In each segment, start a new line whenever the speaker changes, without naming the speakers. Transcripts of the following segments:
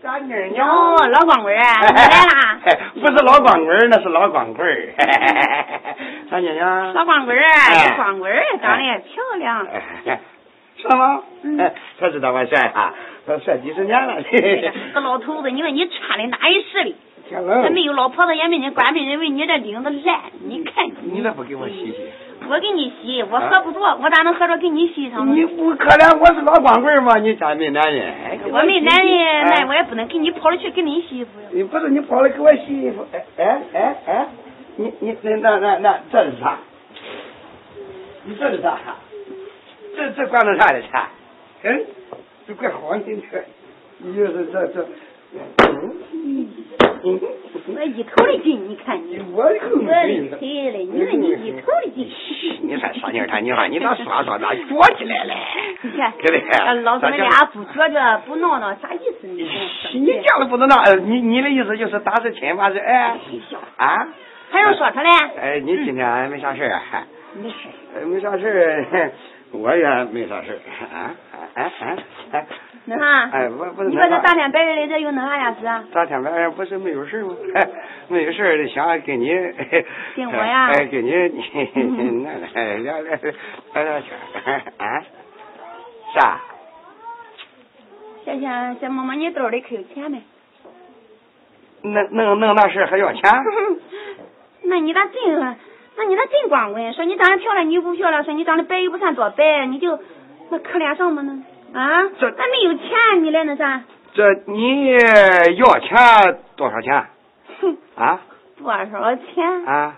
干女娘，
哟，
哎
老光棍儿，啊 你来啦！
不是老光棍儿，那是老光棍儿。三姐娘，
嗯老光棍
哎
儿，啊光棍儿长得也漂亮。
是吗？
嗯
哎，他知道我帅啊，他帅几十年了。
这个这老头子，你说你穿的哪一式哩？
天
这没
冷，
有老婆子，也没人管，没人问，你这领子烂，你看
你咋不给我洗洗？啊
我给你洗，我喝不着，我咋能喝着给你洗上
你
呢？
不可怜我是老光棍儿吗？你家没男人，哎
我没男人，那。
给
我
我洗洗哎
也不能给你跑着去给你洗衣服呀。
你不是你跑来给我洗衣服？哎哎哎哎，你你那那那那这是啥？你这是啥？这这关着啥的钱？嗯，这怪好你这，你就是这这，嗯嗯，
我一头的劲，你看你，
我
我
更
的天嘞，你说你一头的劲。
你再说你他，你看你咋说说咋撅起来了？
你看，
对不对？
老子
咱
们
这
俩不觉着不闹闹，啥意思呢？
你这样的不能那，你你的意思就是打是亲，骂是爱哎啊？
哎还嗯用说出来？
哎，你今天没啥事儿啊？
没事，
哎没啥事儿，我也没啥事儿啊啊啊！
能啊？
哎，我不是
你说这
那
大天白日的，这又能啥呀子啊？
大天白日不是没有事儿吗？哎没有事儿，想跟你
跟我呀
哎， 跟你
嗯
你那那聊聊聊聊天儿啊？啥？
小小小妈妈，你兜里可有钱没？
弄弄弄那事儿还要钱？
那你咋真，那你咋真光棍？说你长得漂亮，你又不漂亮；说你长得白，又不算多白，你就那可怜什么呢？啊，
这
那没有钱，你来那啥？
这你要钱多少钱
哼，
啊？
多少钱？
啊？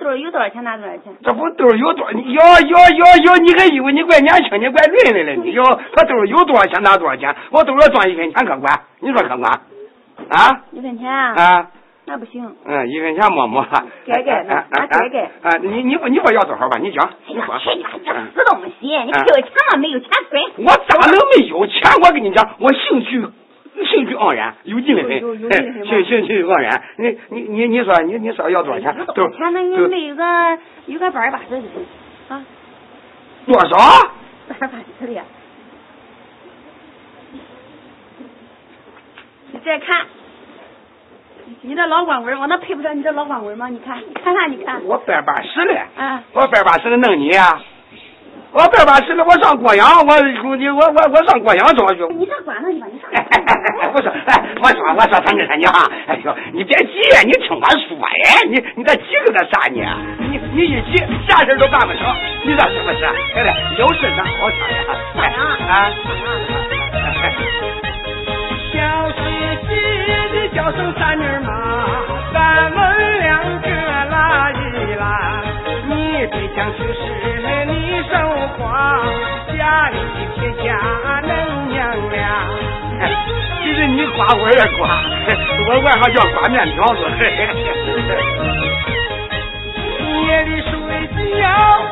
兜里有多少钱拿多少钱。
这不兜儿有多？你要要要要！你还以为你怪年轻，你怪嫩的了？你要他兜儿有多少钱拿多少钱，我兜里装一分钱可管？你说可管？啊
一分钱啊？
啊
那不行。
嗯，一分钱摸摸。
改改呢
啊啊
拿改改
啊！你你你不要多少吧？你讲，
哎
你
呀
说，嗯
哎呀，这死东西！你可有钱吗？没有钱滚！
我咋能没有钱？我跟你讲，我兴趣兴趣盎然，有劲的很，
有有有劲得很吗
兴兴趣盎然。你你你你说你你说要多少钱？
哎有
兜儿
钱那
兜
你
儿
没有个有个百儿八十的啊，
多少？
百儿八十的。你再看，你这老光棍儿，我能配不上你这老光棍儿吗？你看，你看啥？你看，
我百八十了。
啊，
我百八十的弄你呀、我百八十的，我上郭阳，我我我我上郭阳找去。
你上管他去吧，你上
哎
管
哎
他
哎我说，哎，我说，我说，他你他你哈，哎呦，你别急呀，你听我说呀，你你这急个个啥你？啊你你一急，啥事儿都办不成，你说是不是？对不对？有事咱好商量。哎啊！小姐姐的叫声三妮儿妈，咱们两个拉一拉。你对象就是你手花，家里撇家能娘俩。哎其实你瓜我也瓜，我外号叫瓜面条子。夜里睡觉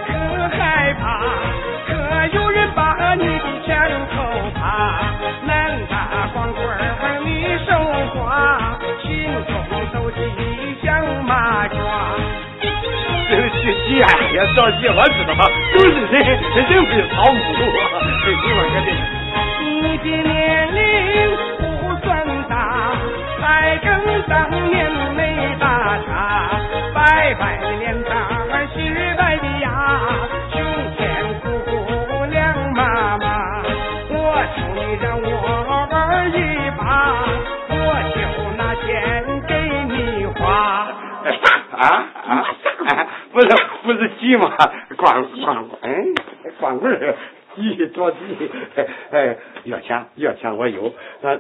可害怕，可有人把你的钱偷爬。男大光棍儿你手花，心中都是一想麻爪。这个姐姐呀，着急我知道，都是人人非草木啊！你我这你的年龄不算大，还跟当年没大差。白白的脸蛋儿，雪白的牙，胸前鼓鼓亮妈妈。我求你让我玩一把，我就拿钱给你花。啊啊！不是不是鸡吗？光光嗯，光棍儿鸡着急，哎，要钱要钱我有，那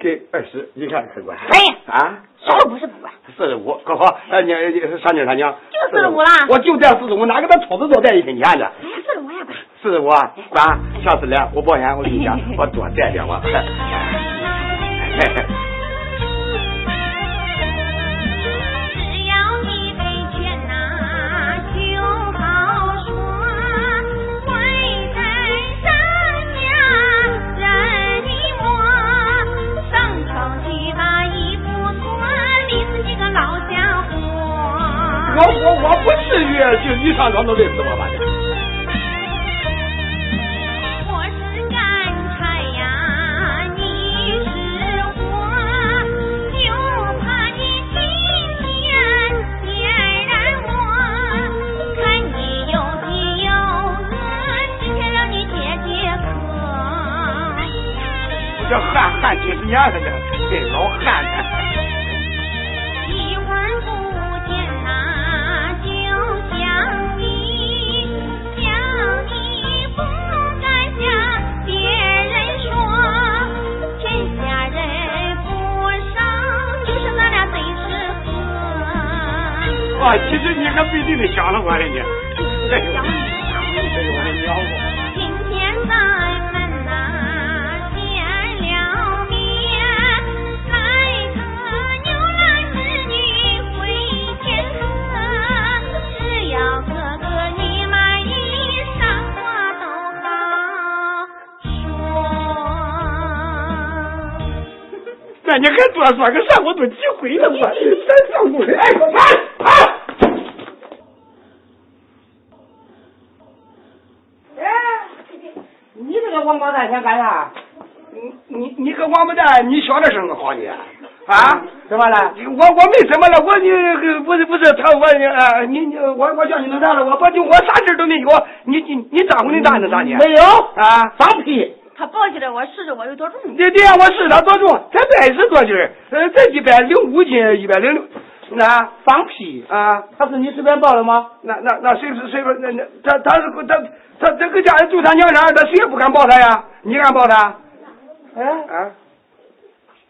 给二十，你看客官。
哎
啊！
啥都不是不管。
四十五，可好？哎，你你三姐他娘，
就45啦
我就带四十五，哪个他秃子都带一分钱
哎
的，
呀，算了，我也管。
四十五啊，管，下次来我保险，我跟你讲，我多带点我。
只要你没钱拿就好说，怪在咱家人磨，上头去把衣服脱，淋你个老家
我
伙。
我我不至于就你上床都累死我吧你。
我是干柴呀，你是
这旱旱几十年了呀，这老旱呢。
一会儿不见呐，就想你，想你不敢想别人说，天下人不少，就是咱俩最适合。
啊，其实你还不一定得想了我了呢。哎呦，
想你
哎呦我的娘啊！
今天咱们呐见了面，来个牛郎织女回天河，只要哥哥你满意，啥话都好说。
那你还多说个啥？我都几回 了我，咱上不回。哎，哎哎。
你这个王八蛋想干啥？
你你你个王八蛋，你小点声好你啊！
怎么了？
我我没怎么了，我你不是不是他我啊你你我我叫你弄啥了？我不就我啥事儿都没有，你你你咋回的咋呢咋你？
没有
啊！
放屁！
他抱起来我试试我有多重。
对对呀，我是他多重？才百十多斤儿，呃，才一百零五斤，一百零六，那
放屁！
啊，
他是你随便抱的吗？
那那那谁谁说那那他他是他他他搁家就他娘啥，他谁也不敢抱他呀？你敢抱他？
哎，
啊？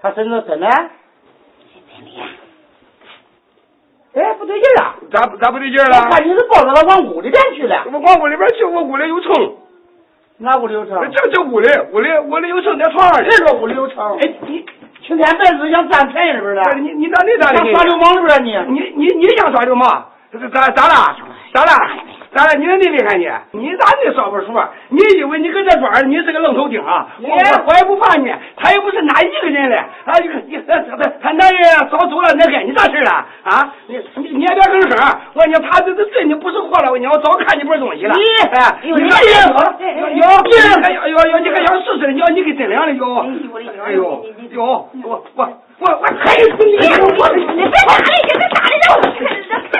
他身子真的？哎，不对劲儿啊！
咋咋不对劲儿
我
了？
看你是抱着他往屋里边去了。
我往屋里边去，我屋里有虫。
哪屋里有车？
这这屋里，屋里屋里有剩在床上去。
这个屋里有车。哎，你青天白日想占便宜不是？
不是哎你你咋你咋的
想？耍流氓是不是你？
你你你想耍流氓？咋咋啦？咋啦？咋啦？你那厉害你？你咋那说不说？你以为你搁这庄儿你是个愣头钉啊？我我也不怕你，他又不是哪一个人嘞。啊，你他他男人早走了，那该你啥事儿了？啊，你你你也别吭声。我跟你他这这真的不是活了，我跟你我早看你不是东西了。哎，你看你有有还有有你还想试试？你要你给真凉了有？哎呦有我我我我嘿
哎呦
我
我的你别打人家，别打人家，我这太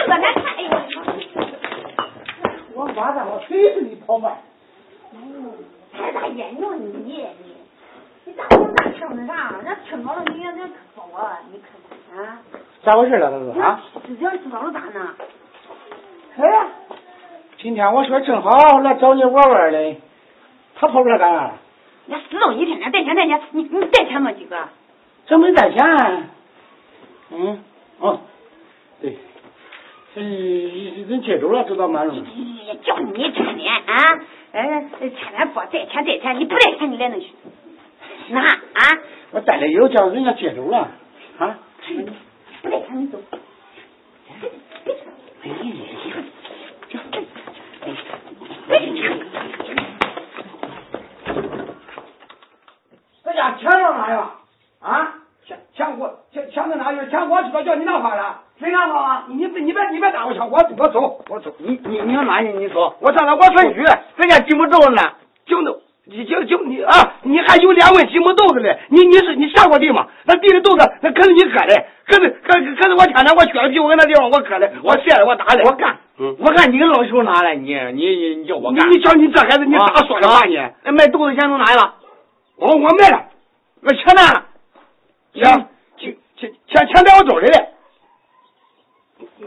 恶难看。哎呦我的妈！
王八蛋，我锤死你跑慢！
还咋研究你你？你咋不咋听得上？人家听着了，你也得走啊！你可啊？
咋回事了？他说啊，
指定知道了咋呢？
哎，今天我说正好来找你玩玩嘞，他跑这儿干啊啥？
那死弄一天天带钱带钱，你你带钱吗？几个？
这没带钱。啊嗯，哦，对，这人接走了，知道吗？
叫你天天啊，哎，天天说带钱带钱，你不带钱你来弄去？那啊，
我带了油叫人家接走了啊。
不带钱你走。
哎呀，这
这家钱上哪呀？啊，钱钱我钱钱在哪去？钱我知道，叫你拿花了。谁拿花啊？你别你别你别打我钱，我我走我走，
你你你要哪去？你说，
我上那我分局，
人家记不住呢。
就那你就就你啊，你还有脸问鸡母豆子嘞？你你是你下过地吗？那地里豆子那可是你割的，可是可是可是我天天我撅着屁股搁那地方我割的，我卸了我打的，
我干，
嗯
我看你个老手拿了，你你你你叫我
你
干。
你瞧你这孩子你咋说的话你？
那卖豆子钱从哪来了？
啊我我卖了，
那钱呢？
钱钱钱钱钱在我兜里嘞。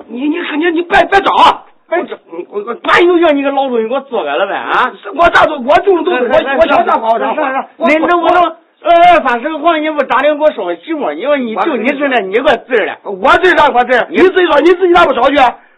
你你你你别别找啊，别找，我我
那又叫你个老东西给我做开了呗啊！
是我咋做？我种的都是我我想咋花啊我咋花。
那那我能二二三十个黄，你不打点给我烧寂寞？你说你
我
就你这那，你个字儿的。
我我这咋我这？你自己找你自己咋不找去？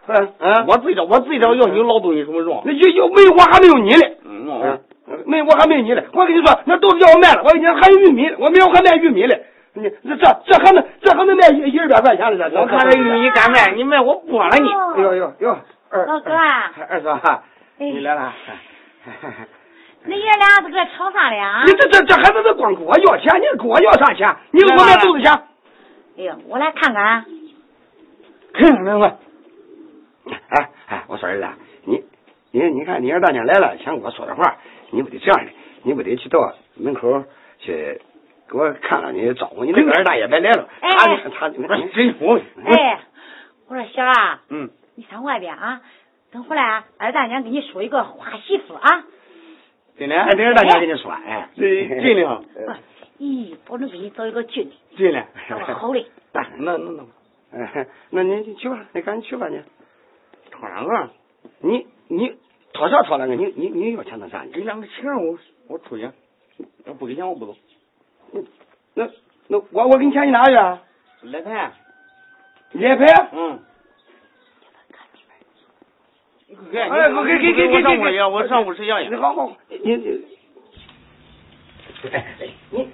嗯
嗯，我最着我最着要你老东西什么用？
那有有没有我还没有你嘞？
嗯，
嗯，没我还没有你嘞。我跟你说，那豆子要我卖了，我跟你说还有玉米，我明儿我还卖玉米嘞。你这这这还能这还能卖一一二百块钱呢？这
我看这玉米干卖，你卖我不了你。
哎呦呦呦，二
老哥啊
二二嫂，你来了。
那爷俩这个吵啥了呀
你这这这孩子这光跟我要钱，你跟我要啥钱？你给我卖豆子钱？
哎呀，我来看看啊。
看看我。哎哎，我说儿子，你你你看，你要大娘来了，想跟我说点话，你不得这样的，你不得去到门口去给我看看你招呼你那个二大爷别来了，
哎
他他真啊服。
哎，我说小二，
啊
嗯，
你上外边啊，等回来啊，二大娘给你说一个花媳妇啊。
真
哎，
的，
这二大娘跟你说，哎，
这真的。
不，
咦，保证给你找一个俊的。
对了，
哎
好嘞，
那那那，哎，那你你去吧，你赶紧去吧你。吵两个，你你吵啥吵两个？你你你要钱那啥？你给两个钱我我出去，要不给钱我不走。那那我我给你钱你哪去啊？来牌。来牌？嗯。哎，我给给给给给给！我上屋睡觉去。你好好，你你。哎，你。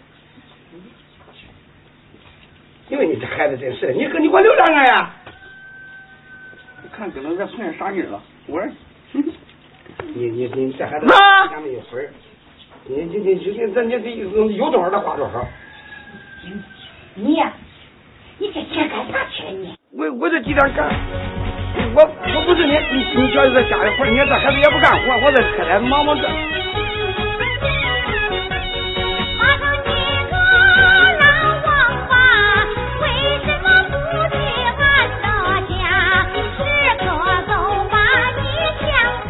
因为你这孩子真是的，你给你给我留两个呀！你看可能这算啥妮了？我说，你你你这孩子家没有魂儿，你你你你你这你你有多少的花多少。
你呀、你这钱干啥去了你？
我我这几天干，我我不是你你你觉得这家里活儿，你看这孩子也不干活，我这可来忙忙这。
马上你个老王八，为什么不去俺的家？是哥都把你讲话，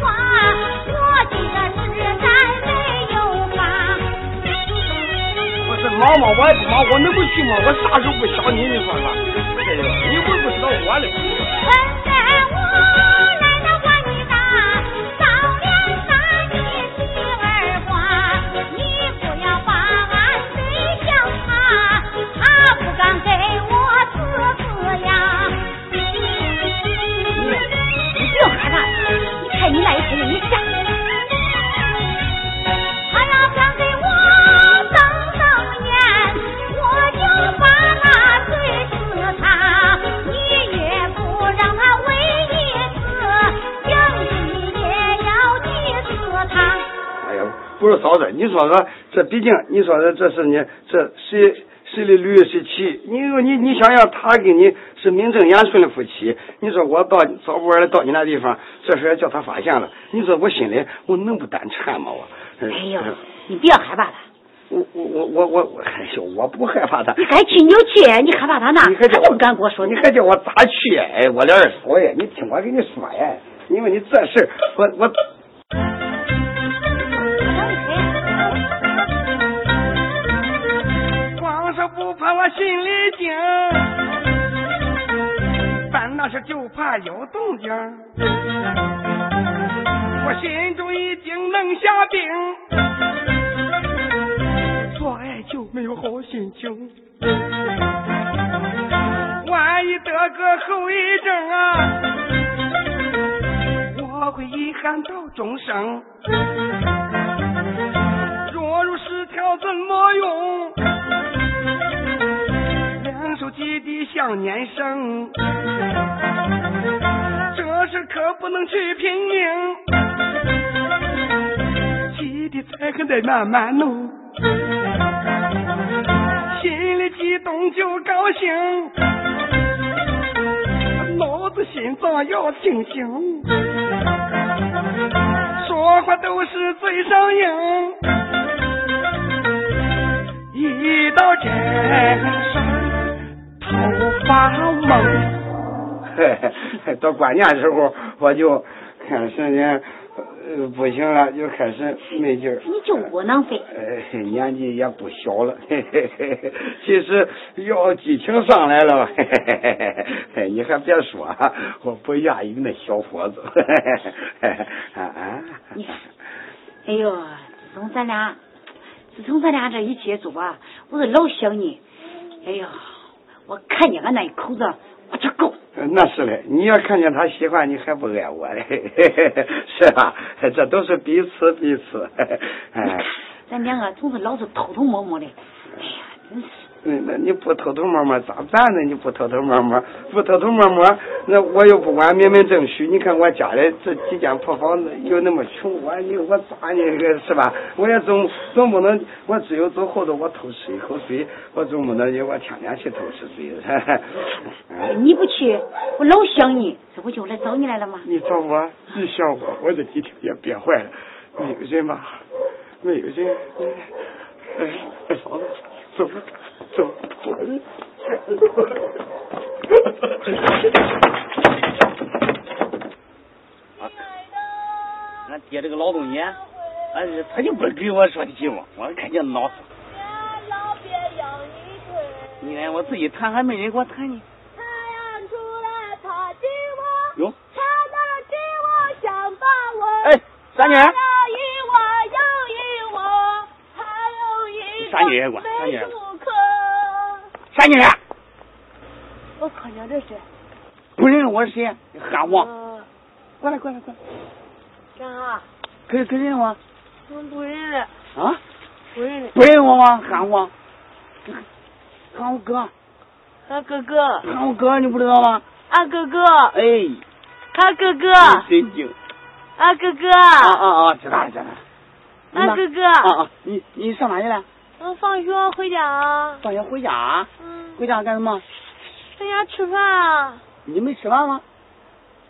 我记得是咱没有吧？
我是忙吗？我也不忙，我能不去吗？我啥时候不想你？你说说，哎这个你不不知道我嘞。
跟在我来那花你大，早点把你心儿花，你不要把俺对象怕，他不敢给我辞职呀。
你不用害怕，你看你那一身的，你吓死
他要敢给我瞪瞪眼，我就把他捶死他。你越不让他为一次，硬气也要气死他。
哎呀，不是嫂子，你说说，这毕竟你说的这是你这谁谁的驴谁骑？你说你你想想，他跟你是名正言顺的夫妻，你说我到早晚的到你那地方，这事儿叫他发现了，你说我心里我能不胆颤吗？我
哎呦，你不要害怕他，
我我我我我我，哎呦，我不害怕他。
你该去你就去，你害怕他那，
你还
他
叫
都不敢跟我说
你还叫我咋去？哎，我俩二嫂呀，你听我跟你说呀，因为你这事儿，我我光是不怕我心里惊，但那是就怕有动静。我心中已经弄下定，做爱就没有好心情。万一得个后遗症啊，我会遗憾到终生。若如失调怎么用？两手基地向年生，这事可不能去拼命，基地才还得慢慢弄，心里激动就高兴，脑子心脏要清醒，说话都是嘴上硬。一到天上头发懵。 到关键时候，我就开始呢，呃，不行了，就开始没劲儿。
你就窝囊废。
呃，年纪也不小了，嘿嘿嘿嘿其实要激情上来了，嘿嘿嘿嘿嘿你还别说，啊我不亚于那小伙子。嘿嘿嘿嘿啊啊！
你看哎呦，自从咱俩，自从咱俩这一接触啊，我是老想你。哎呦，我看见俺那一口子，我就够。
那是嘞，你要看见他喜欢你还不爱我嘞，是吧？这都是彼此彼此。
你
哎
看，咱两个总是老是偷偷摸摸的。哎呀，真是。
那那你不偷偷摸摸咋办呢？你不偷偷摸摸，不偷偷摸摸，那我又不管明文正虚。你看我家里这几间破房子又那么穷，我你我咋你个是吧？我也总总不能，我只有走后头我偷吃一口水，我总不能我天天去偷吃水。
哎你不去，我老想你，这不就来找你来了吗？
你找我，你想我，我这几天也憋坏了，没有人吧？没有人，哎，二嫂子，走吧，走吧，我们。
俺爹这个
啊
老东西，哎，他就不给我说的寂寞，我看见恼死。
老别
天我自己弹还没人给我弹呢。
太阳出来爬进我，
哟，
它那进我想把我，
哎，傻女
它
儿，
要一我又一我，还有一
傻女儿管傻女
没
儿
处可。
傻女儿，
我靠娘，这是
不认识我是谁？啊喊我，
嗯，
过来过来过来，
干啥？
可可认识我
我不认识，
啊？
不认识。
不认识我吗？喊我，喊我哥，
啊哥哥，
喊我哥，你不知道吗？
啊哥哥，
哎，
啊哥哥，
你真精。
啊哥哥，
啊啊啊！知道了知道了。你呢
啊哥哥
啊啊！你你上哪去了？
我嗯放学回家啊，
放学回家啊？
嗯，
回家干什么？
在家吃饭啊。
你没吃饭吗？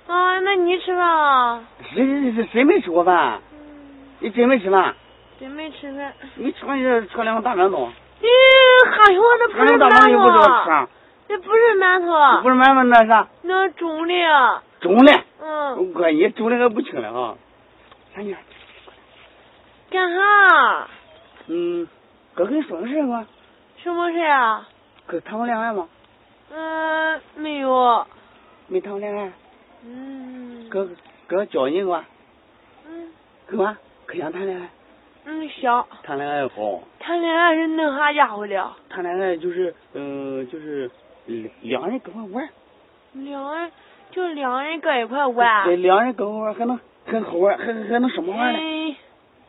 啊，那你吃饭啊？
谁谁谁谁没吃过饭？
嗯，
你真没吃饭？
真没吃饭。哎
你吃完就吃两个大馒头，
咦，喊我那
吃
不啊
两
是
个大馒头又不知道吃
馒头，
啥，
那不是
你啊
馒
不
头，啊
是馒头那是啥？
那中的。
肿了。
嗯，
我哥，你肿的可不轻了啊！三姐，
干啥？
嗯，哥跟你说个事儿吧，
什么事啊？
哥谈过恋爱吗？
嗯，没有。
没谈过恋爱，
嗯。
哥哥教你个吧，
嗯
哥可想谈恋爱，
嗯，行。
谈恋爱好。
谈恋爱是弄啥家伙的？
谈恋爱就是，嗯、就是两两人跟我玩儿，
两人就两人搁一块
对，
玩。
两人跟我玩儿还能还好玩儿，还还能什么玩儿呢？
哎，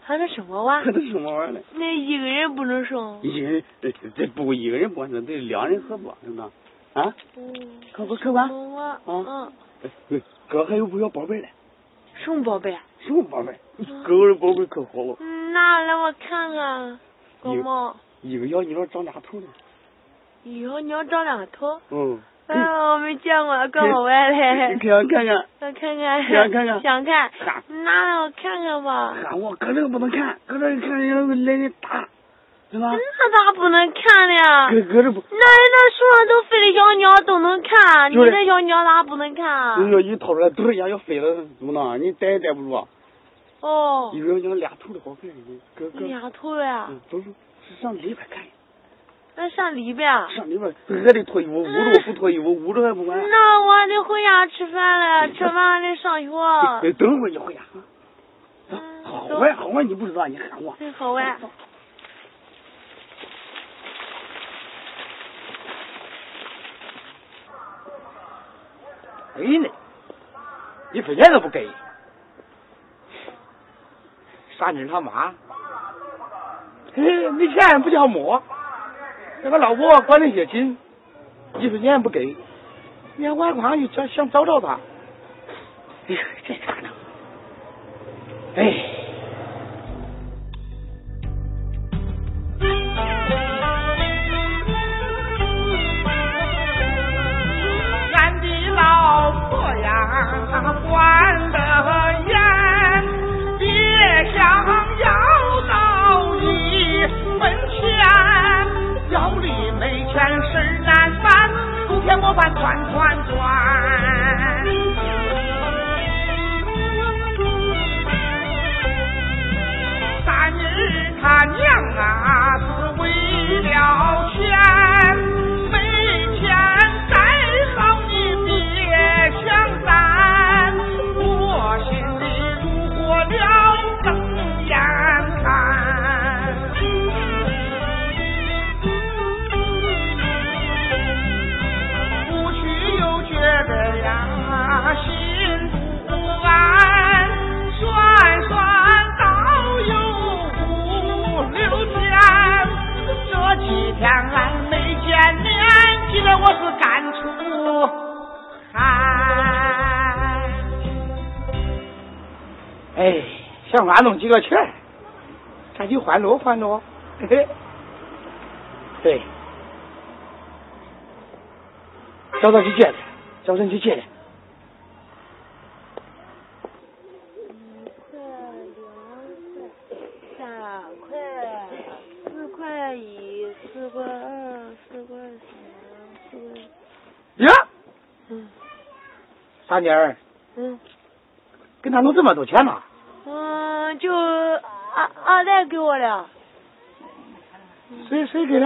还能什么玩
还？能什么玩儿呢？
那一个人不能生。
一个人这这不一个人不是，得两人合作，是吧？啊，
嗯。
可不可吧？
我啊
嗯
嗯，
呃哥还有不少宝贝儿嘞，
什么宝贝？啊
什么宝贝儿？哥的宝贝儿可好了，
嗯，那让我看看，
有
老猫，
一个小鸟长俩头呢。
以后你要长两个头。
嗯，
哎呀，我没见过，跟我歪嘞
你。看看看，
想看看，
嗯想看啊看
想看
看，
那让我看看吧。
喊我搁这个不能看，搁这个看人家来人打，是吧？
那咋不能看呢？
搁搁这不，
那那树上都飞的小鸟都能看，你
就是
那小鸟咋不能看啊？
你说一掏出来，嘟一下就飞了，怎么弄？你逮也逮不住啊。
哦
你，说你俩头的好看，哥哥，
俩头呀
嗯，，都是上里边看，
那上里边啊。
上里边还得脱衣服，捂着不脱衣服，捂着还不完。
那我还得回家吃饭嘞，吃饭还得上学。
等等会儿你回家啊，走
嗯
好
走
玩好玩，你不知道，你喊我。
真好玩。
哎呢，一分钱都不给。傻妮儿他妈，嘿，没钱不叫摸，那个老婆管那些紧，一分钱也不给，你看外光就想想找找他。哎呀，这咋弄？哎。
俺的老婆呀，管得严，别想要到一分钱，腰里没钱是难办，不骗我把转转转。三日他娘啊，是为了钱，没钱再好你别想咱，我心里如火了更眼看。不去又觉得呀心不安，算算倒有五六天，这几天俺没见面，急得我是干出汗。
哎，想俺弄几个钱，咱就欢乐欢乐。嘿嘿，对，找他去借去，找人去借去。
块两块三块四块一四块二四块三四块
呀，
嗯
傻妮儿，
嗯
给他弄这么多钱呢？
嗯就二二代给我了嗯
谁谁给的？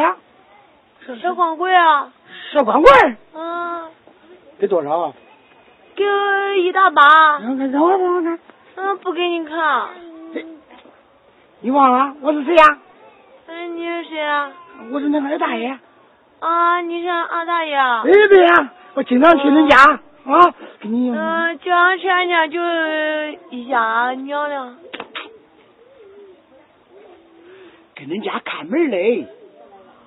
小光棍啊，
小光棍儿
嗯，
给多少啊？
给我一大把，
你看，啊等会儿，等会儿，等会儿
嗯，不给你看，
你忘了啊我是谁呀、
嗯，你是谁啊？
我是那个二大爷。
啊，你是俺大爷啊，
哎，对呀、我经常去人家啊，给你。
哦嗯，就俺前天就一下俺娘了，
跟人家看门儿嘞，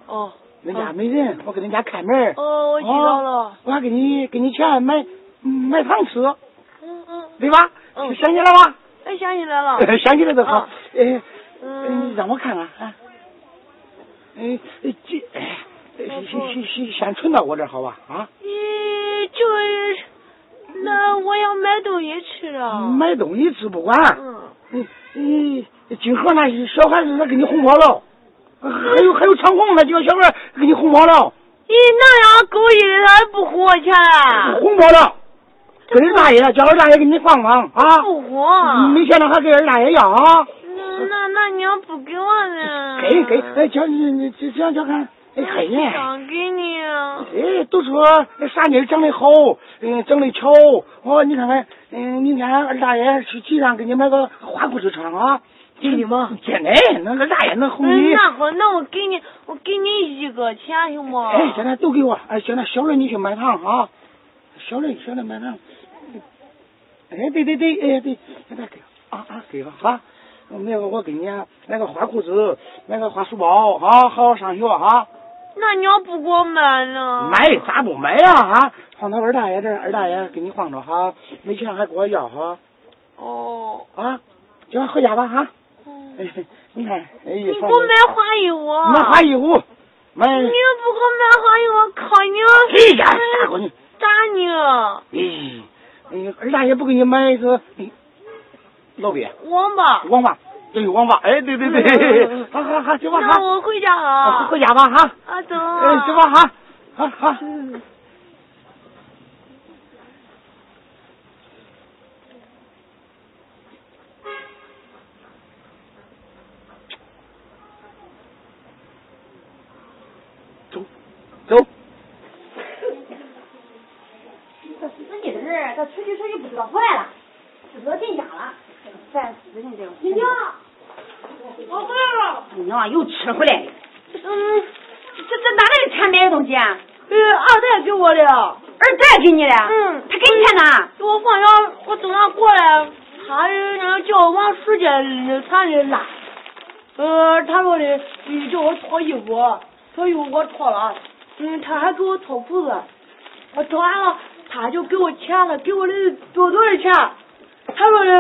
哦，
人家没人，我跟人家看门儿，
哦，我知道了，
我还给你给你钱买嗯买糖吃，
嗯嗯，
对吧？
嗯
想起来吧？
哎，想起来了，
想起来就好
啊。
哎，哎你
嗯，
让我看看啊。哎，哎这哎，
我
先
不
先先先存到我这儿好吧？啊，
咦，呃就是，那我要买东西吃了，
买东西吃不管。
嗯，
嗯嗯，今后那些小孩子他给你哄跑了，还有还有唱红那几个小孩儿给你哄跑了，
咦，那样狗一的他还不哄我钱啊？
哄跑了，跟人大爷叫二大爷给你放放啊，
不哄，
没钱了还给人大爷要啊，
那嗯那那你要不给我呢？
给给，哎，叫你你这这样叫看，哎，给呢，
想嗯给你啊，
哎，都说那傻妮儿长得好，嗯，长得巧，哦，你看看，嗯，明天二大爷去集上给你买个花裤子穿啊，真的吗？真的，那二大爷能哄
嗯，
你。
那好，那我给你，我给你一个钱行吗？
哎，现在都给我。哎，现在小人你去买糖啊，小人小人买糖。哎，对对对，哎对，现在给我啊啊给我啊。那个我给你啊买个花裤子，买个花书包啊，好好上学啊。
那你要不给我买
哦
呢？
买咋不买呀啊？放到二大爷这儿，二大爷给你放着哈、没钱还给我要哈
哦，
啊。今晚回家吧哈、
嗯
哎，你看，哎，
你给
放
我
着
买花衣服啊，
买花衣服，买。
你要不给我买花衣服，我靠你啊！
哎呀，傻姑娘。
打你啊！
哎，哎，二大爷不给你买一个哎老鳖
王八！
王八，对王八，哎，对对对，好好好，行吧
那
哈，
我回家
啊
了。
回家吧哈，
啊，走啊。
哎，行吧哈，好好。走，走，
这死劲的人，他出去出去不知道回来了，不知道进家了，烦死人这个。你娘，老伴儿，
你那又吃回来了。
嗯，这这哪来的钱买的东西啊？
哎，二代给我的。
二蛋给你的，
嗯
他给你钱呢。
我放学，我从那过来，他是那叫我往水间他里拉，呃，他说的嗯叫我脱衣服，脱衣服我脱了，嗯，他还给我脱裤子，我脱完了，他就给我钱了，给我的多多的钱，他说的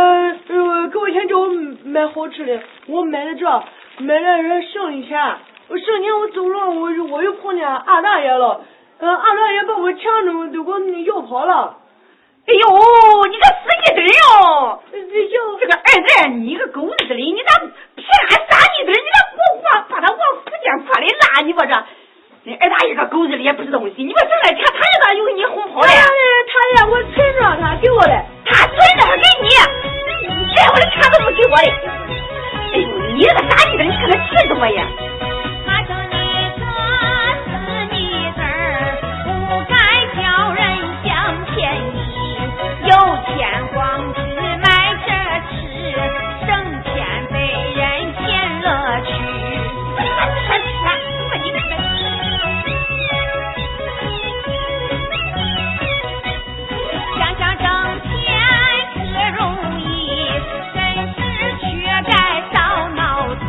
呃给我钱叫我买好吃的，我买的这，买了人剩的钱，我剩钱我走了，我又我又碰见二大爷了，呃，二大爷把我钱都都给我要跑了。
哎呦，你这死逆墩哟！
这就
这个二蛋，你个狗日的，你咋偏撒逆墩？你咋不往把他往福建坡里拉？你把这，那二大爷个狗日的也不是东西！你把挣来钱，他也咋又给你哄跑了？
他哎呀，我存着他给我的。
他存着他给你，你连我的钱都不给我的。哎呦，你这个傻逆墩，你可能气死我呀！
他说你这死逆子儿，不该叫人想便宜，有钱光只买这吃，挣钱被人骗了去。 吃吃吃，你这个。想想挣钱是容易，真是却该伤脑子。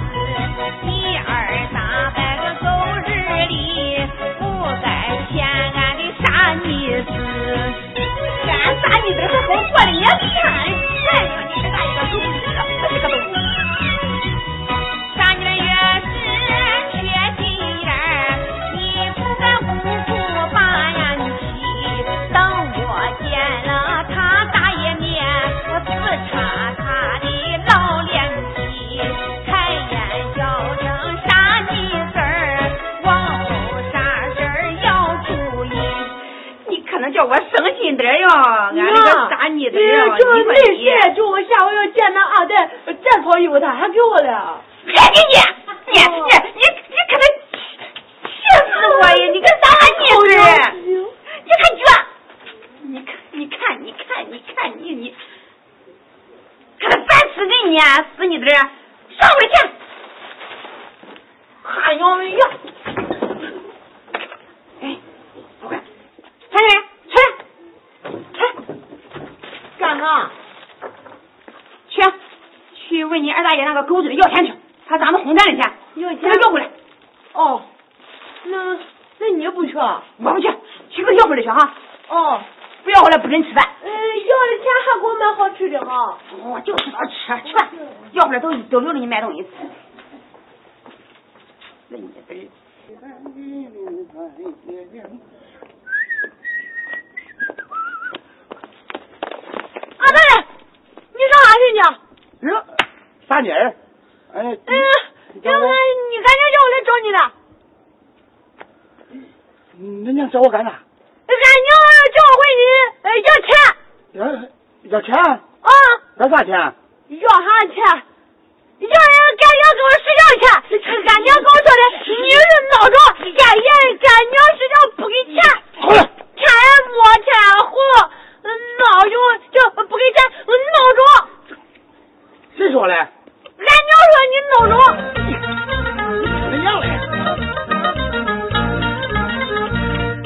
你儿大在个狗日里，不该欠俺的傻妮子。俺傻妮子还好过的，也骗俺钱，哎你这大一个狗日的，这是个东西。傻女人越是缺心眼儿，你不该无辜把人气。等我见了他大爷面，我刺插他的老脸皮，开眼叫声傻妮子儿，往后啥事儿要注意。
你可能叫我省心点儿哟，俺那个傻逆墩
哎啊
哟，
哎就
你
没
说你
事，就我下回要见那二代，再跑衣服他
哎
还给我的。
还给你，你你你你可能气气死我
我呀，你个啥你似的？你看倔，你看，你看，你看，你看，你你，看他烦死给你、啊，死你的人，上屋里去！
看娘们呀！
哎，不管，传来，传来，传，
干啥？
去，啊去问你二大爷那个狗子的要钱去，他咱们轰蛋的钱，
要钱
给他要回来。
哦，那那你不去啊？
我不去，去给他要回来去哈，
哦，
啊不要回来不准吃饭。
呃，要了钱还给我买好吃的哈。
我哦就知道吃，去吧，要不然都都留着你买东西吃。那你这人，
二啊大爷，你上哪去呢？
哟，大妮儿，哎，
嗯，要不然你干啥叫我来找你了？
你那嗯娘找我干啥？
哎俺娘啊叫我问你呃要钱
要要钱？
啊，
要啥钱？
要啥钱？要俺娘跟我睡觉去，俺娘跟我说的，你是孬种，俺爷哎俺娘睡觉不给钱，
好了，
天摸天糊，
嗯
孬种就不给钱，孬种。
谁说嘞？
俺娘说你孬种，
那娘嘞？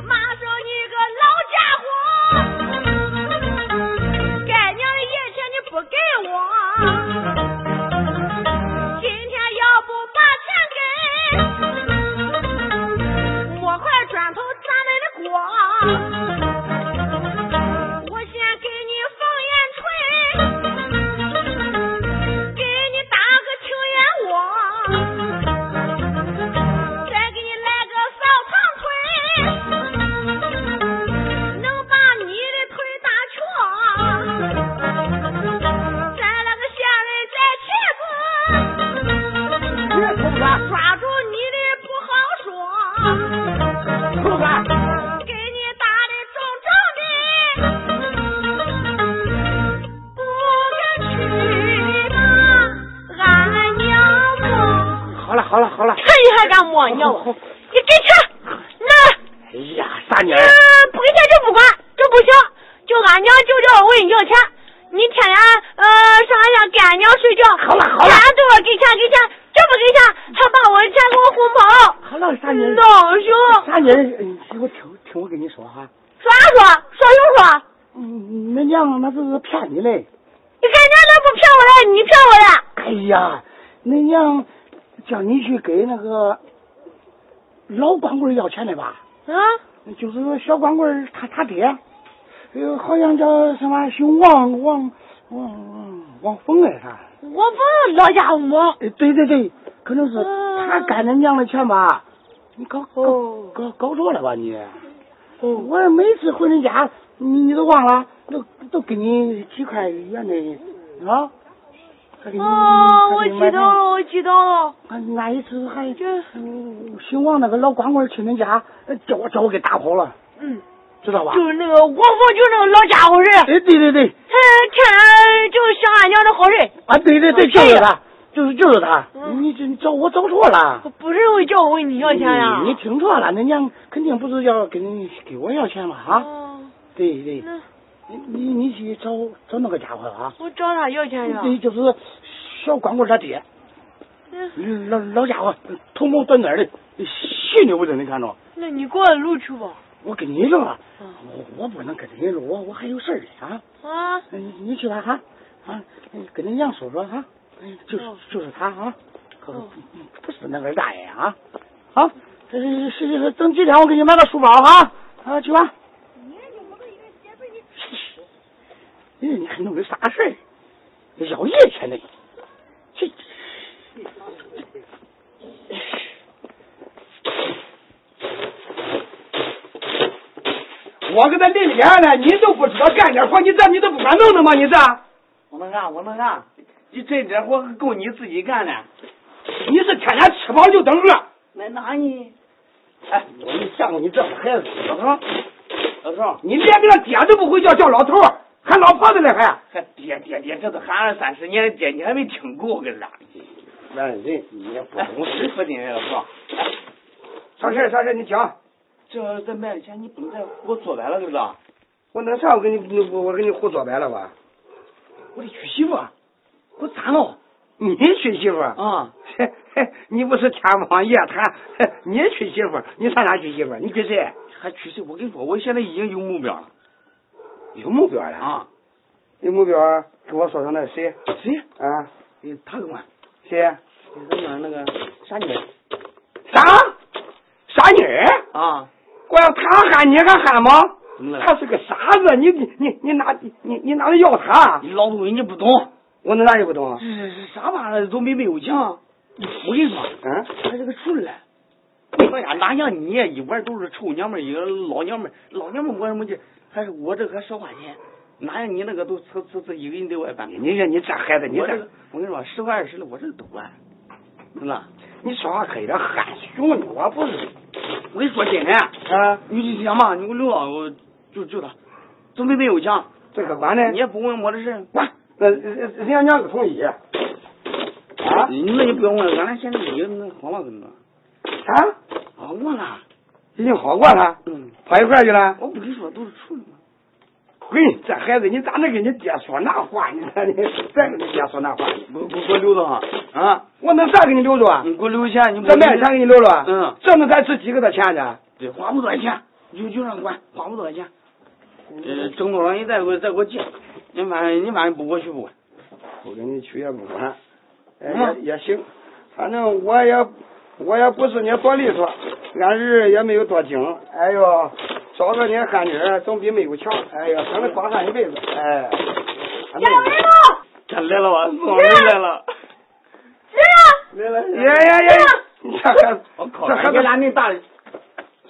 妈说你个老家伙，该娘的银钱你不给我，今天要不把钱给，摸块砖头砸你的锅，我先给你放烟吹，给你打个青烟窝。再给你来个扫堂腿，能把你的腿打瘸。再来个下来再气子，抓住你的不好说。给你打的重重的，不敢去吧，俺娘我。
好了好了好了，
看你还敢摸娘啊！你给钱，那。
哎呀，大妮儿，
嗯，不给钱就不管，这不行。就俺娘就叫我问你要钱，你天天呃上俺家跟俺娘睡觉，
好了好了
天天对我给钱给钱，这不给钱还把我的钱给我哄跑，
好了，大妮儿，
老兄，
大妮儿，你听我听听我跟你说哈，
说啥说说就说，
嗯，那娘那是骗你嘞。
你看人家那不骗我了，你骗我了，
哎呀，那娘叫你去给那个老光棍要钱的吧？
啊，
就是说小光棍儿他他爹，呃，好像叫什么姓王王王王王峰哎啥？
我不是老家伙，
哎，对对对，可能是他干他娘的钱吧？你搞搞
啊哦
搞搞错了吧你？我每次回人家，你你都忘了，都都给你几块元的啊？
嗯
还给你
哦，我
还给你
知
买
道了，我知道了，
啊，那一次还嗯姓王那个老光棍去恁家，呃叫我叫我给打跑了，
嗯，
知道吧？
就是那个我不就是那个老家伙人，
哎，对对对，
他天天就想俺娘的好人。
啊，对对对，
哦
就是
这个
他，就是就是他，
嗯
你这你找我找错了，
不是我叫我问你要钱呀？
你你听错了，恁娘肯定不是要给你给我要钱吧？啊，
哦，
对对，
那
你你你去找找那个家伙啊，
我找他要钱哎呀？
对，就是小光棍他爹，嗯
那
老老家伙，头毛短短的，细牛不真，你看着？
那你给我录取吧。
我跟你说啊，
嗯
我我不能跟你说，我我还有事儿嘞啊。
啊，
嗯，你去吧哈，啊，嗯跟那杨叔说哈，嗯就是
哦
就是他啊，可
哦
不是那个大爷啊，好，这这这这等几天我给你买个书包哈，啊，去吧。你哎你还弄的啥事儿？要夜钱呢？这我给他领钱呢，你都不知道干点活，你这你都不敢弄的吗？你这，
我能干，我能干，你这点活够你自己干的。
你是天天吃饱就等饿。
那哪你？哎，我没见过你这么孩子，老头儿，老头儿，
你连个爹都不会叫，叫老头儿，喊老婆子啊嘞还。
还爹爹爹，这都喊了三十年的爹，你还没听够个啥？
那人你也不
哎，我是不听人老头儿。
啥事儿啥事儿你讲。
这这卖了钱，你不能再胡说白了，是不是？啊
我那啥，我跟你你我我跟你胡说白了吧？
我得娶媳妇啊，我咋弄
你娶媳妇儿？
啊？
嘿嘿你不是天方夜谭，嘿你娶媳妇儿，你上哪娶媳妇儿？你娶谁？
还娶谁？我跟你说，我现在已经有目标了
有目标了？
啊！
有目标啊，跟我说说那谁
谁？
啊？
你他给我，
谁？
你说那那个啥女儿
啥？傻妮儿？
啊？
光他喊你还喊吗？
怎么了？
他是个傻子，你你你你哪你你你哪里要他？
你老东西你不懂，
我那哪里不懂啊？
是啥玩意儿都没没有强。我跟你说，
嗯，
他这个出来，哎呀，哪像你一玩都是臭娘们儿，一个老娘们儿，老娘们儿我什么劲？还是我这还少花钱，哪像你那个都吃吃吃一个人在外办。
你你这你这孩子，你
嗯我这
这
个，我跟你说，十块二十的我这都管，真的。
你说话可有点含蓄呢，我不是
我跟你说真的，
啊，
你就想吧，你给我留了，我就就他，都没没有强，
这可管呢。
你也不问我的事。
管，那人家娘个同意啊
啊，那你不要问，俺俩现在已经那好了，跟你说，
啊，
好过了。
已经好过了，
嗯，
跑一块儿去了。
我不跟你说都是处女吗？
滚，这孩子你咋能跟你爹说那话呢？你再跟你爹说那话，
不不给我留着哈啊！
我能咋给你留着啊？
你给我留钱，你
这卖钱给你留着啊？
嗯，
这能咱值几个的钱呢？
对，花不多少钱，就就让管，花不多少钱。
嗯
呃，挣多少你再给我再给我借，你反正你反正不我去不管。
不跟你去也不管，哎
嗯
也也行，反正我也我也不是你多利索，俺儿也没有多精，哎呦，找个你干女儿总比没有强，哎呀，省得光干一辈子，哎。
家里人喽，
他来了吧，宋人来了。
来
是
来，哎耶耶耶！你这孩子，
我靠，
这孩
这
子
给俺恁大人，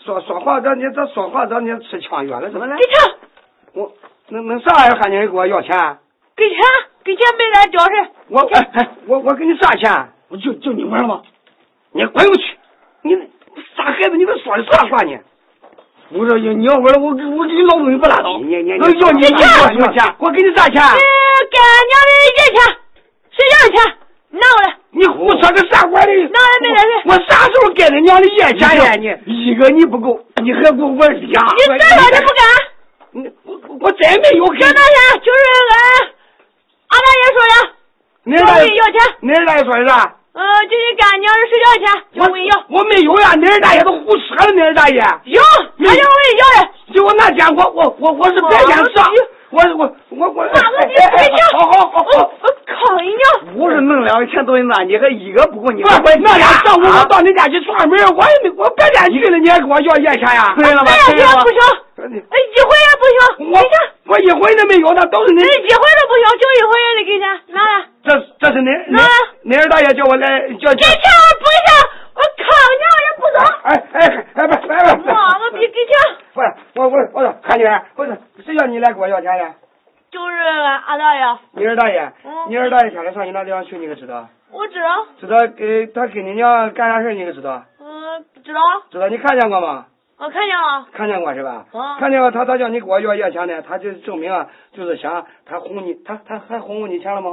说说话让你这说话让你吃枪药了，怎么了？
给钱，
我能能啥呀？喊你给我要钱？啊
给钱，给钱没咱交事。
我哎哎，我我给你啥钱？啊
我就就你玩了吗？
你滚过去！你傻孩子，你这说的啥话呢？
我说你你要玩了，我给我给你老东西不拉倒。
你你你，
我要你
你
要
要
什
什
么
么
钱啊
钱？？我给你啥钱？
是干娘的人钱，谁要的钱？拿过来，
你胡说个啥玩意儿？
那也没得事
我啥时候给了娘的夜钱呀？你一个你不够，你还给我玩俩？
你再说你不干，
你我我我真没有给
这那天就是俺俺大爷说的，
你
找
那
你要钱，
你那说的啥？
呃，就你干娘的睡觉钱，就问要，
我没有呀，你二大爷都胡扯了，你二大爷。
有，俺就问要的，
就我那天，我我我我是白天上，我我我我。
哪个你睡觉？
好好好好。
我靠你娘！
不是弄两个钱东西那，你还一个不够你
不是那天上午我到你家去啊串门，我也没我白天去了，你还给我要夜钱呀？
对了吧？
哎呀，
对
也
了吧
不？行，哎，一回也不行，
我哎我一回都没有，那都是你
这一回都不行，就一回也得给钱，拿来，
这这是你你你二大爷叫我来叫
给钱我不行，我靠娘也不走，
哎哎哎不哎不。
妈，我比给钱。
不是我我我说韩女儿，不是谁叫你来给我要钱的？
就是俺大爷，
你二大爷
嗯，
你二大爷下来上你那地方去，你可知道？
我知道，
知道给他给你娘干啥事儿你可知道？
嗯，知道，
知道你看见过吗？
我看见了，
看见过是吧？
啊
看见过他，他叫你给我要夜钱呢，他就证明啊，就是想他哄你，他他还哄过你钱了吗？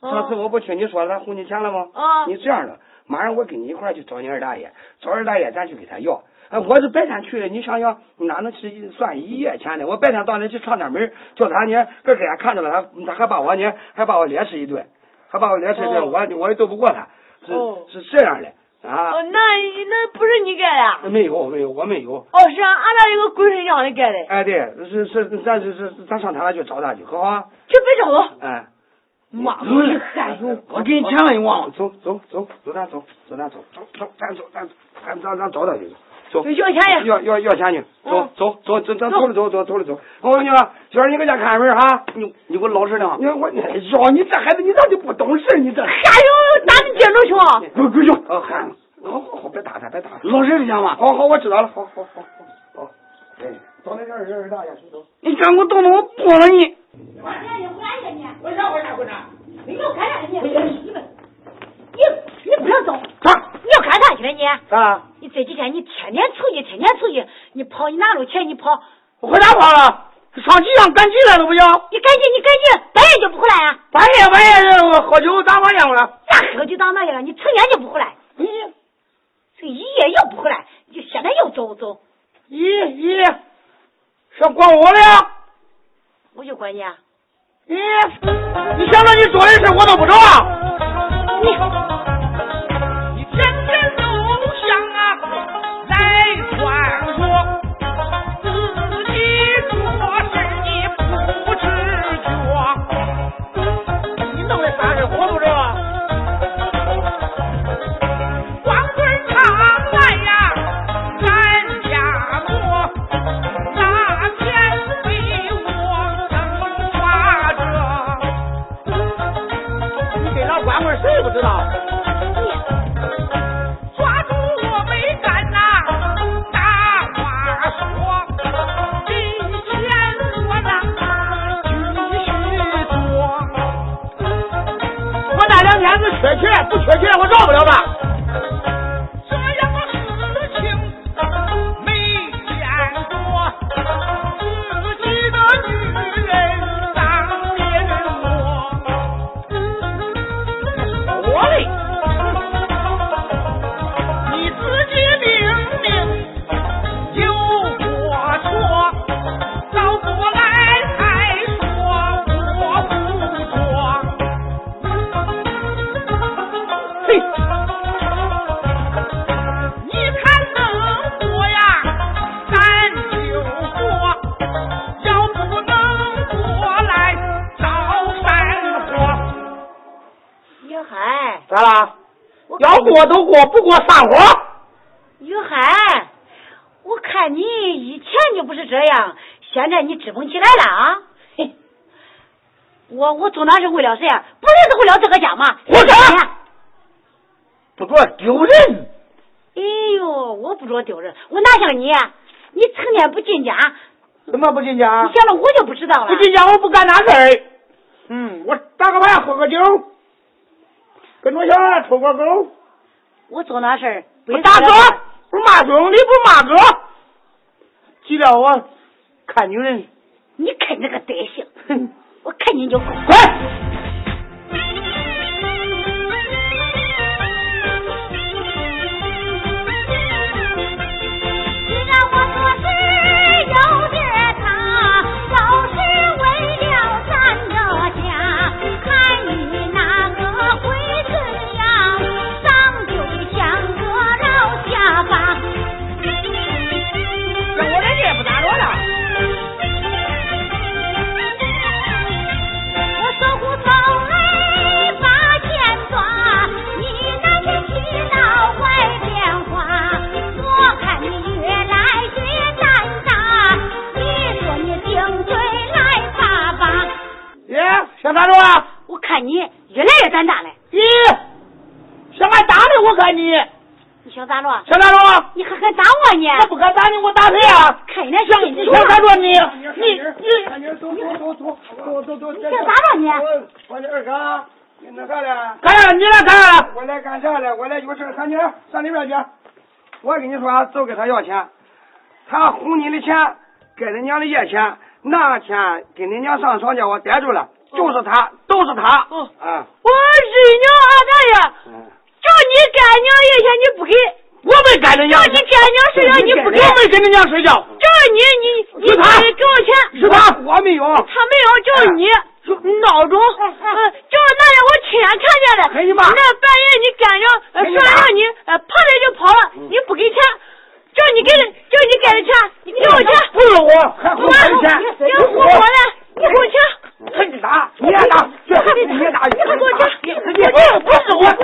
上次
嗯，
我不听你说了，他哄你钱了吗？
啊
你这样的，马上我跟你一块儿去找你二大爷，找二大爷咱去给他要。哎，我是白天去的，你想想哪能去算一夜钱呢？我白天到那去串点门儿，叫他呢，这给人看着了，他他还把我呢，还把我连吃一顿，还把我连吃一顿，
哦
我我也斗不过他，是、
哦
是这样的啊。
哦，那那不是你干的啊，
没有没有，我没有。
哦，
啊
是俺俺大爷个鬼神娘的干的，
哎，对，是是，咱是是，咱上他那去找他去，好不好？
去别找我，
哎，
妈，我一害羞，
我给你钱了，你忘了？
嗯走走走走，咱走走咱走走走咱走咱咱咱咱找他去，走。
要钱呀，
要要要钱去，走
嗯
走走走，咱走着走走走着走。我跟你说，小儿你搁家看门哈。
你你给我老实点啊。
你看我，哎呦，你这孩子，你咋就不懂事儿？你这孩
还有打你精着去啊，
子，滚滚去！啊，喊，好好好，别打他，别打他。
老实点讲吧，
好好，我知道了，好好好好好。哎，找那个二二大爷，走。
你敢给我动动，我不了你。
我让你还给你！我让我让我让！你要干啥去？
哎
你们，你你不要走！
啊
你要干啥去了你？
啊！
你这几天你天天出去，天天出去，你跑你哪路去？你跑！
我回家跑了，上机场赶集来了不行？
你赶紧你赶紧，半夜就不回来啊！
半夜半夜我喝酒打麻将了。
咋喝就到那去了？你成天就不回来，
哎呀
这一夜又不回来，就现在又走走，
一一，上管我了？
我就管你啊。
你你想让你做的事我都不知道啊？
你天天都想啊来穿梭，自己做事你不知觉，
你弄的啥事我都知道啊？
光棍场外呀咱家磨，那天被我能抓着。
你跟那光棍谁不知道？
抓住我没敢呐、大话说，今天我哪去许多？
我那两天是缺钱，不缺钱我饶不了他。
这样的事情没见过，自己的女人当面摸，
我嘞，
你自己明明有过错，倒过来才说我不说。
嘿，
你看能过呀，咱就过；要不能过来，找山火。
女孩，
咋啦？
我看
要过都过，不过散伙。
女孩，我看你以前就不是这样，现在你支棱起来了啊！嘿，我我总当是为了谁啊？不就是为了这个家吗？
我干不过丢人。
哎呦，我不着丢人，我哪像你？你成天不进家，
怎么不进家
你？想了我就不知道了
不。进家我不干那事儿。嗯，我打个牌，喝个酒，跟着小孩儿遛个狗，
我做那事儿，
不打嗝，不骂兄弟，不骂哥。急了我看女 人，
你看你这个德行，
哼，
我看你就够。
滚！
知道我做事有点差，都是为了咱这家。看你那个鬼子样，长就像个老下巴。
让我人家不打着了。
我守护从来把钱抓，你那是喜闹坏变化。我看你越来越胆大，你说你顶嘴来爸爸。
耶，想咋着啊？
我看你越来越胆大了，
咦，想俺打你，我看你
你想咋着？
想咋着啊？
你还敢打我呢？
我不敢打你，我打谁啊？
看你那小
你想咋着你？你你。
你想咋着你？
我的二哥，你那啥了？
干啥？你来干啥了？
我来干啥了？我来有事儿喊你上里边去。我跟你说、啊，就跟他要钱，他哄你的钱，跟人娘的要钱，那天跟人娘上床叫我逮住了，就是他，都是他。
哦
啊，
我是娘二大爷，
嗯，
叫你干娘一下你不给，我没干
哎
着娘，叫你干娘睡觉你不给，我没跟着娘睡觉，叫你你你他给我钱，是他，
我没有。
他没有叫
哎
你闹钟，呃，叫那天我亲眼看见了，
嗯哎呀妈
那半夜你干着，呃，
哎呀
说
妈嗯
让你呃跑着就跑了，你不给钱，叫你给的叫你给的钱，你给我钱，
不是我，还哄我的钱，
你给我我的，你给我钱。
你打，你也打，去，你也打，
你给我钱，
你
不是我，
啊啊
啊哎
哎
啊哎
哎